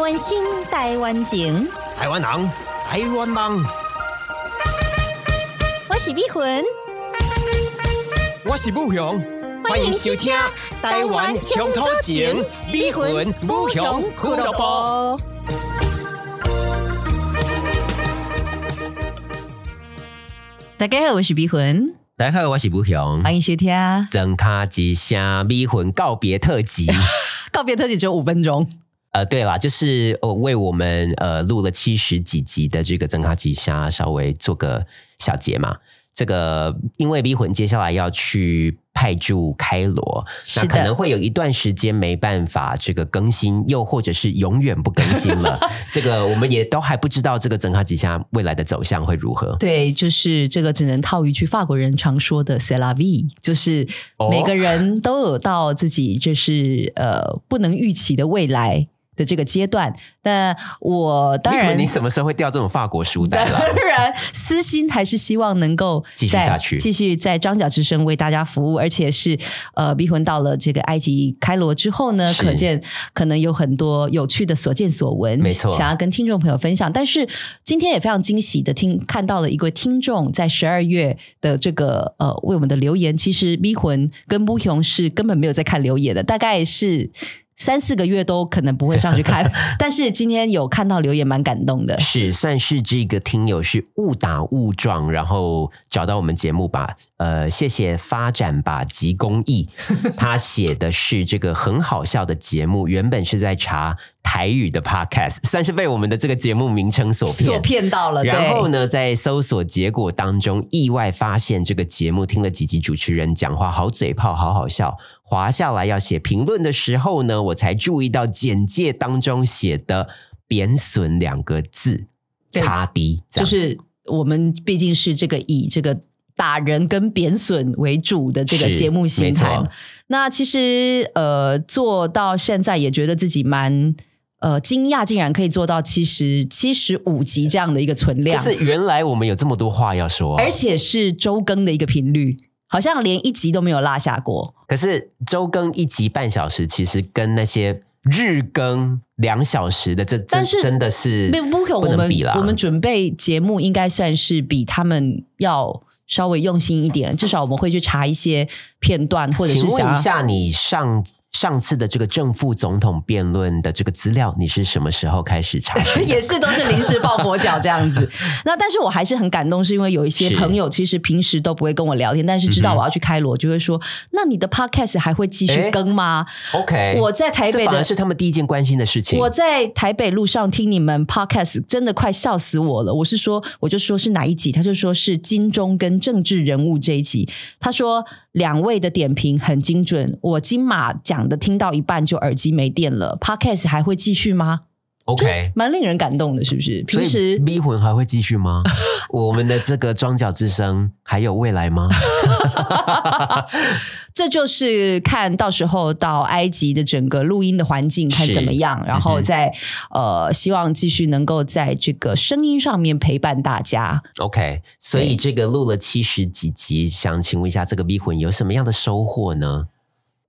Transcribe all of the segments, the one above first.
湾心，台湾情，台湾人，台湾梦，我是美魂，我是武雄，欢迎收听台湾乡土情，美魂武雄俱乐部。部。大家好，我是美魂，大家好，我是武雄，欢迎收听真卡吉虾咪魂告别特辑。告别特辑，只有五分钟。呃，对啦，就是呃为我们呃录了七十几集的这个真卡吉虾稍微做个小结嘛。这个因为咪魂接下来要去派驻开罗，那是的可能会有一段时间没办法这个更新，又或者是永远不更新 了。这个我们也都还不知道这个真卡吉虾未来的走向会如何。对，就是这个只能套一句法国人常说的 “c'est la vie”，就是哦每个人都有到自己就是呃不能预期的未来的这个阶段。但我当咪然魂你什么时候会掉这种法国书当单啦？然，私心还是希望能够继续在下去继续在张角之声为大家服务，而且是呃，迷魂到了这个埃及开罗之后呢，是可见可能有很多有趣的所见所闻，没错想要跟听众朋友分享。但是今天也非常惊喜的听看到了一个听众在十二月的这个呃为我们的留言，其实迷魂跟木雄是根本没有在看留言的，大概是。三四个月都可能不会上去 看，但是今天有看到留言，蛮感动的。是算是这个听友是误打误撞，然后找到我们节目吧。呃，谢谢发展吧及公益，他写的是这个很好笑的节目，原本是在查台语的 podcast，算是被我们的这个节目名称所骗。所骗到了。然后呃对呢，在搜索结果当中，意外发现这个节目听了几集主持人讲话好嘴炮，好好笑。滑下来要写评论的时候呢，我才注意到简介当中写的“贬损”两个字，对擦低，这就样是我们毕竟是这个以这个打人跟贬损为主的这个是节目形态没嘛错。那其实呃，做到现在也觉得自己蛮呃惊讶，竟然可以做到七十七十五集这样的一个存就量，是原来我们有这么多话要说，啊而且是周更的一个频率，好像连一集都没有落下过。可是周更一集半小时，其实跟那些日更两小时的这，这但是真的是没有不可能，不我能们比啦。我们准备节目应该算是比他们要稍微用心一点，至少我们会去查一些片段，或者请是想问一要 下，你上上次的这个正副总统辩论的这个资料，你是什么时候开始查询 的？也是都是临时抱佛脚这样 子。那但是我还是很感动，是因为有一些是嗯朋友其实平时都不会跟我聊天，但是知道我要去开罗，就会说：“那你的 podcast 还会继续诶更吗？” OK，我在台这北反的而是他们第一件关心的事情。我在台北路上听你们 podcast，真的快笑死我了。我是说，我就说是哪一集，他就说是金钟跟政治人物这一集。他说两位的点评很精准，我金马讲的听到一半就耳机没电了。podcast 还会继续吗？ OK，蛮令人感动的，是不是？所平以时逼魂还会继续吗？ 我们的这个庄脚之声还有未 来吗？这就是看到时候到埃及的整个录音的环境看是怎么样，然后嗯哼再、呃，希望继续能够在这个声音上面陪伴大家。 OK，所以这个录了七十几集，想请问一下，这个逼魂有什么样的收获呢？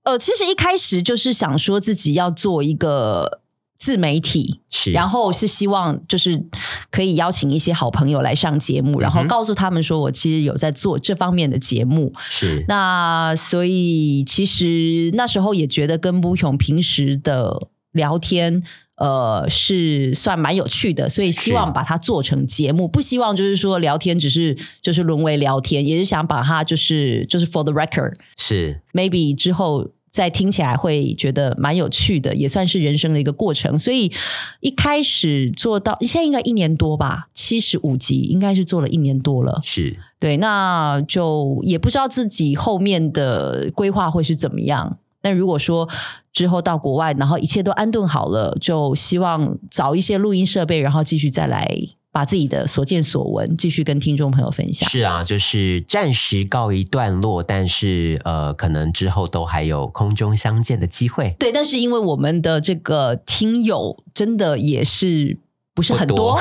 呃，其实一开始就是想说自己要做一个自媒体，是，然后是希望就是可以邀请一些好朋友来上节目，然后嗯哼告诉他们说我其实有在做这方面的节目。是那所以其实那时候也觉得跟不勇平时的聊天。呃，是算蛮有趣的，所以希望是把它做成节目，不希望就是说聊天只是就是沦为聊天，也是想把它就是就是 for the record，是 maybe 之后再听起来会觉得蛮有趣的，也算是人生的一个过程。所以一开始做到现在应该一年多吧，七十五集应该是做了一年多了。是，对，那就也不知道自己后面的规划会是怎么样。但如果说之后到国外，然后一切都安顿好了，就希望找一些录音设备，然后继续再来把自己的所见所闻继续跟听众朋友分享。是啊，就是暂时告一段落，但是呃，可能之后都还有空中相见的机会。对，但是因为我们的这个听友真的也是。 不是很多，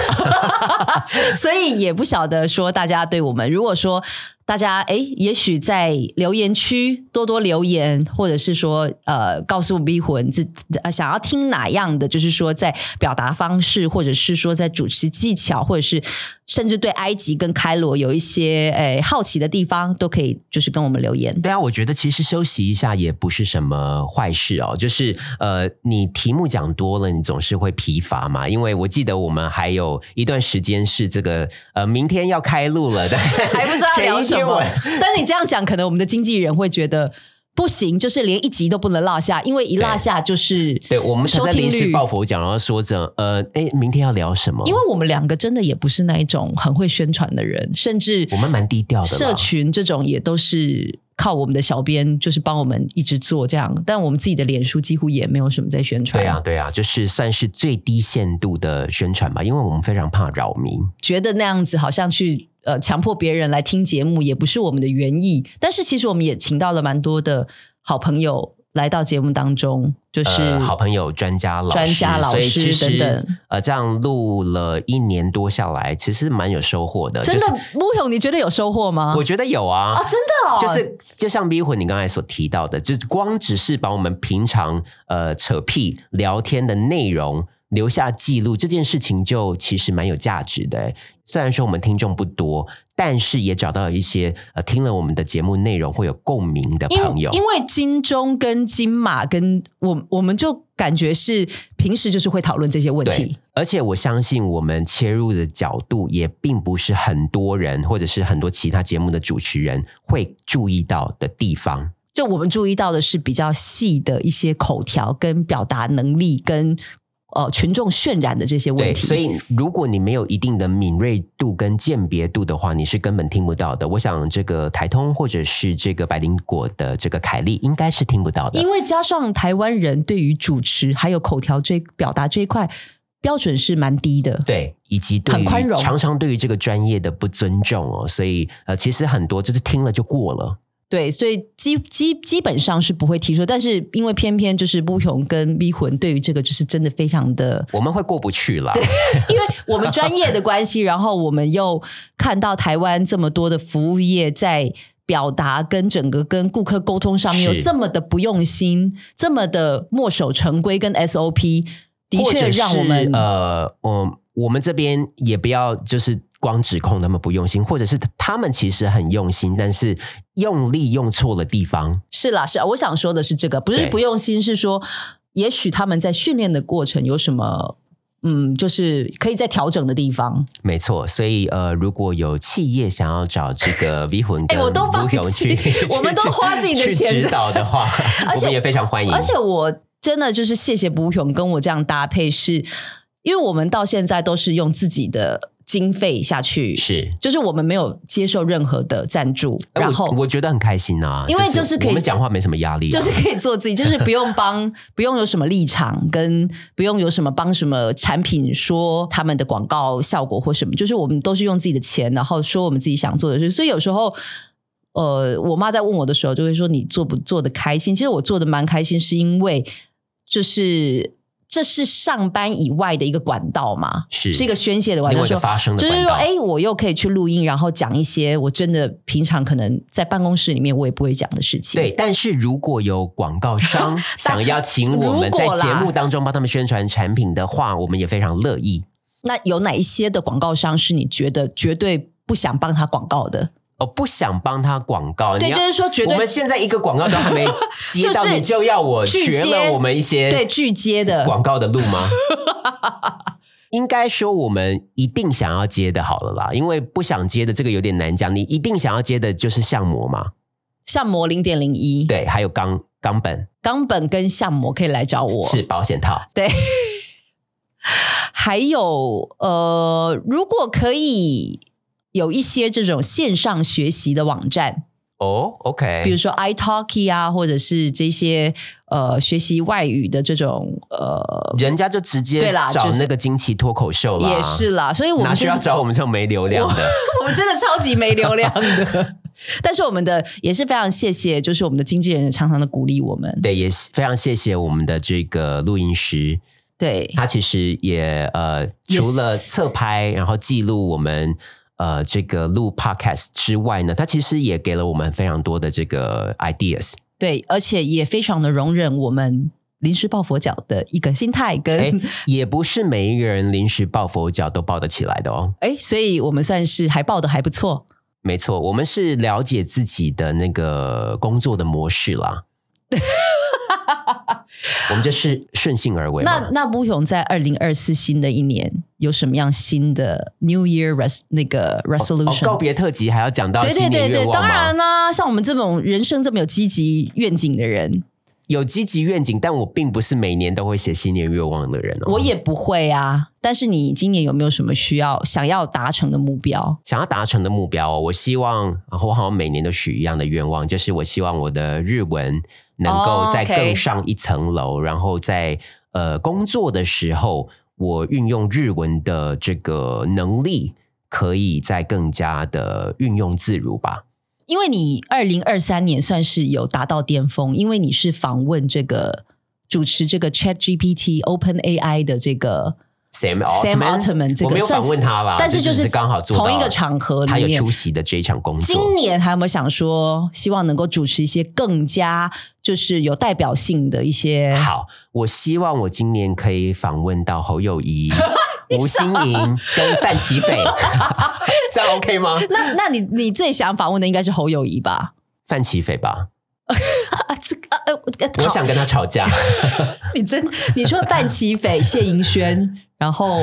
所以也不晓得说大家对我们，如果说大家哎，也许在留言区多多留言，或者是说呃，告诉迷魂自呃想要听哪样的，就是说在表达方式，或者是说在主持技巧，或者是甚至对埃及跟开罗有一些哎好奇的地方，都可以就是跟我们留言。对啊，我觉得其实休息一下也不是什么坏事哦。就是呃，你题目讲多了，你总是会疲乏嘛。因为我记得我们还有一段时间是这个呃，明天要开录了，但还不知道聊前一什天么我。但是你这样讲，可能我们的经纪人会觉得不行，就是连一集都不能落下，因为一落下就是对，我们曾收在听临时率。抱佛脚，然后说着呃，哎，明天要聊什么？因为我们两个真的也不是那一种很会宣传的人，甚至我们蛮低调的啦社群这种也都是靠我们的小编，就是帮我们一直做这样。但我们自己的脸书几乎也没有什么在宣传，对啊，，对啊，就是算是最低限度的宣传吧，因为我们非常怕扰民。觉得那样子好像去呃强迫别人来听节目，也不是我们的原意。但是其实我们也请到了蛮多的好朋友来到节目当中，就是、呃、好朋友、专家、老师、专家老所以师其实等等呃，这样录了一年多下来，其实蛮有收获的。真的就是、木勇，你觉得有收获吗？我觉得有啊。啊，真的、哦，就是就像 V 魂你刚才所提到的，就是光只是把我们平常呃扯屁聊天的内容留下记录这件事情，就其实蛮有价值的欸。虽然说我们听众不多，但是也找到了一些呃听了我们的节目内容会有共鸣的因朋友。因为金钟跟金马跟我，我们就感觉是平时就是会讨论这些问对题。，而且我相信我们切入的角度也并不是很多人，或者是很多其他节目的主持人会注意到的地方。就我们注意到的是比较细的一些口条跟表达能力跟呃群众渲染的这些问对，题。所以如果你没有一定的敏锐度跟鉴别度的话，你是根本听不到的。我想这个台通或者是这个百灵果的这个凯莉应该是听不到的因。为加上台湾人对于主持还有口条这表达这一块标准是蛮低的，对，以及对很于宽容常常对于这个专业的不尊重哦，所以呃，其实很多就是听了就过了。对，所以基基基本上是不会提出，但是因为偏偏就是不勇跟逼魂对于这个就是真的非常的 我们会过不去啦。因为我们专业的关系，然后我们又看到台湾这么多的服务业在表达跟整个跟顾客沟通上面是有这么的不用心，这么的墨守成规跟 SOP，的或确者让我是们呃，我我们这边也不要就是光指控他们不用心，或者是他们其实很用心，但是用力用错了地方。是啦是啦，啊我想说的是这个，不是对不用心，是说也许他们在训练的过程有什么。嗯，就是可以再调整的地方。没错，所以呃，如果有企业想要找这个 V 魂跟哎我都吴放勇嗯去，弃我们都花自己的去钱指导的话， 而且我们也非常欢迎。而且我真的就是谢谢卜勇跟我这样搭配是，因为我们到现在都是用自己的经费下去，是，就是我们没有接受任何的赞助，哎然后我我觉得很开心啊，因为就是可以我们讲话没什么压力啊、就是可以做自己，就是 不用帮，不用有什么立场，跟不用有什么帮什么产品说他们的广告效果或什么，就是我们都是用自己的钱，然后说我们自己想做的事。所以有时候，呃，我妈在问我的时候，就会说你做不做的开心？其实我做的蛮开心，是因为就是这是上班以外的一个管道嘛，是是一个宣泄的管另道，外一说个发声的就管是说，道。哎，我又可以去录音，然后讲一些我真的平常可能在办公室里面我也不会讲的事情。对，，但是如果有广 告商想要请我们在如果节啦目当中帮他们宣传产品的话，我们也非常乐意。那有哪一些的广告商是你觉得绝对不想帮他广告的？哦，不想帮他广告，对，你要就是说绝啊我对们现在一个广告都还没接到， 就是你就要我拒绝接了我们一些对拒接的。广告的路 吗？应该说我们一定想要接的，好了啦，因为不想接的这个有点难讲。你一定想要接的就是相模嘛，相模零点零一，对，还有钢钢本冈本跟相模可以来找我。是保险套，还有呃，如果可以有一些这种线上学习的网站，哦，OK，比如说 iTalki 啊，或者是这些呃学习外语的这种呃，人家就直接对啦找就是那个惊奇脱口秀啦，也是啦。所以我哪们需真要的找我们这种没流量的？ 我们真的超级没流 量的。 但是我们的也是非常谢谢，就是我们的经纪人常常的鼓励我们。对，也非常谢谢我们的这个录音师，对，他其实也呃，也除了是侧拍，然后记录我们呃这个录 podcast 之外呢，他其实也给了我们非常多的这个 ideas。对，而且也非常的容忍我们临时抱佛脚的一个心态跟 哎，也不是每一个人临时抱佛脚都抱得起来的哦。哎，所以我们算是还报的还不错。没错，我们是了解自己的那个工作的模式啦。我们就是顺性而为嘛。哦那那不勇在二零二四新的一年有什么样新的 New Year res 那个哦， resolution？、告别特辑还要讲到对对对新年愿对，望当吗然啦、像我们这种人生这么有积极愿景的人，有积极愿景，但我并不是每年都会写新年愿望的人哦。我也不会啊。但是你今年有没有什么需要想要达成的目标？想要达成的目标、哦，我希望，啊我好像每年都许一样的愿望，就是我希望我的日文能够哦再 OK 更上一层楼，然后在呃工作的时候，我运用日文的这个能力，可以再更加的运用自如吧。因为你二零二三年算是有达到巅峰，因为你是访问这个主持这个 Chat GPT Open AI 的这个 Sam Sam Altman，, Altman 这个我没有算访是问他啦，但是这就只是刚好做到同一个场合他里有面出席的这一场工作。今年还有没有想说，希望能够主持一些更加就是有代表性的一些？好，我希望我今年可以访问到侯友谊、吴欣盈跟范琪斐，这样 OK 吗？那那你你最想访问的应该是侯友谊吧？ 范琪斐吧，啊，这个呃呃，我好想跟他吵架，你真你说范琪斐、谢盈萱，然后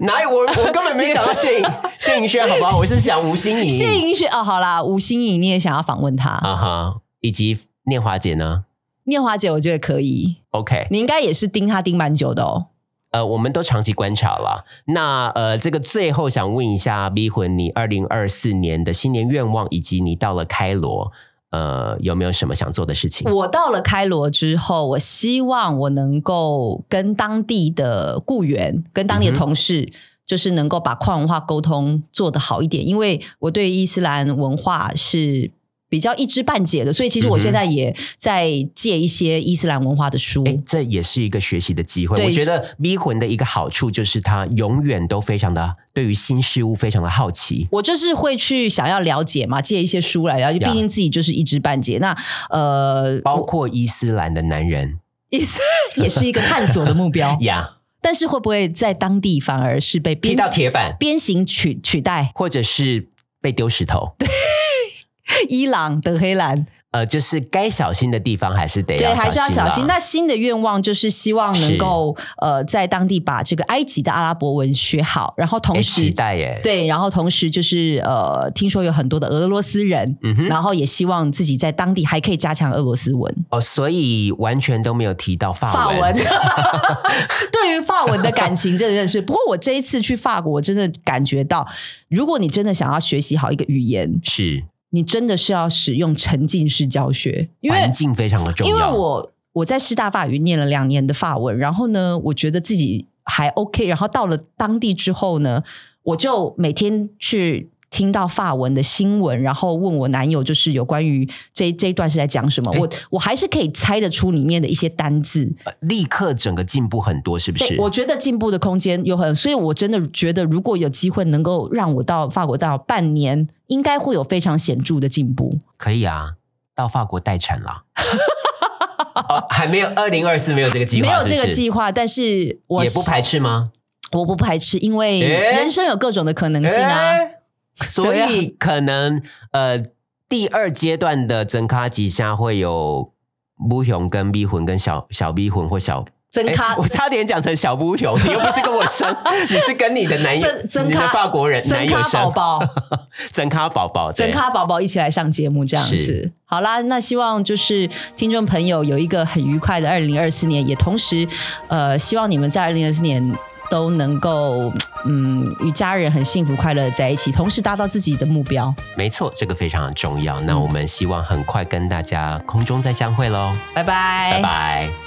哪有我我根本没讲到谢颖谢颖轩，好不好？我是讲吴欣谢盈盈萱哦，好啦，吴欣颖你也想要访问她，嗯啊哈，以及念华姐呢念华姐我觉得可以， ？OK，你应该也是盯她盯蛮久的哦。呃，我们都长期观察了。那呃，这个最后想问一下逼魂，你二零二四年的新年愿望，以及你到了开罗，呃，有没有什么想做的事情？我到了开罗之后，我希望我能够跟当地的雇员、跟当地的同事，嗯就是能够把跨文化沟通做得好一点，因为我对伊斯兰文化是。比较一知半解的，所以其实嗯我哼现在也在借一些伊斯兰文化的书。哎，这也是一个学习的机会。对我觉得逼魂的一个好处就是，他永远都非常的对于新事物非常的好奇。我就是会去想要了解嘛，借一些书来了解，呀毕竟自己就是一知半解。那呃，包括伊斯兰的男人，伊斯 也是一个探索的目标 呀，但是会不会在当地反而是被踢鞭到铁板，鞭刑取取代？或者是被丢石头，伊朗、德黑 兰，呃，就是该小心的地方还是得对，要还是要小啦心。那新的愿望就是希望能够呃，在当地把这个埃及的阿拉伯文学好，然后诶同哎期时待耶，对，然后同时就是呃，听说有很多的俄罗斯人，嗯哼，然后也希望自己在当地还可以加强俄罗斯文。哦，所以完全都没有提到法法文。文， 对于法文的感情真的是。不过我这一次去法国，我真的感觉到，如果你真的想要学习好一个语言，是你真的是要使用沉浸式教学，因为环境非常的重因为要。我我在师大法语念了两年的法文，然后呢，我觉得自己还 OK，然后到了当地之后呢，我就每天去。听到法文的新闻，然后问我男友，就是有关于这这一段是在讲什么，诶我我还是可以猜得出里面的一些单字。呃立刻整个进步很多，是不对是，？我觉得进步的空间有很，所以我真的觉得，如果有机会能够让我到法国到半年，应该会有非常显著的进步。可以啊，到法国待产了。 哦，还没有，二零二四没有这个计划，没有这是个不是计划，但是我也不哎排斥吗？我不排斥，因为诶人生有各种的可能性啊。诶所以可能呃，第二阶段的增咖吉下会有乌熊跟逼魂跟小小逼魂或小。增诶咖、哎我差点讲成小乌熊，你又不是跟我生， 你是跟你的男友增，增你的咖法国人增男友咖生宝，宝、 增咖宝宝，对增咖宝宝一起来上节目这样子是。好啦，那希望就是听众朋友有一个很愉快的二零二四年，也同时呃，希望你们在二零二四年。都能够，嗯，与家人很幸福快乐地在一起，同时达到自己的目标。没错，这个非常重要。那我们希望很快跟大家空中再相会喽，拜拜，拜拜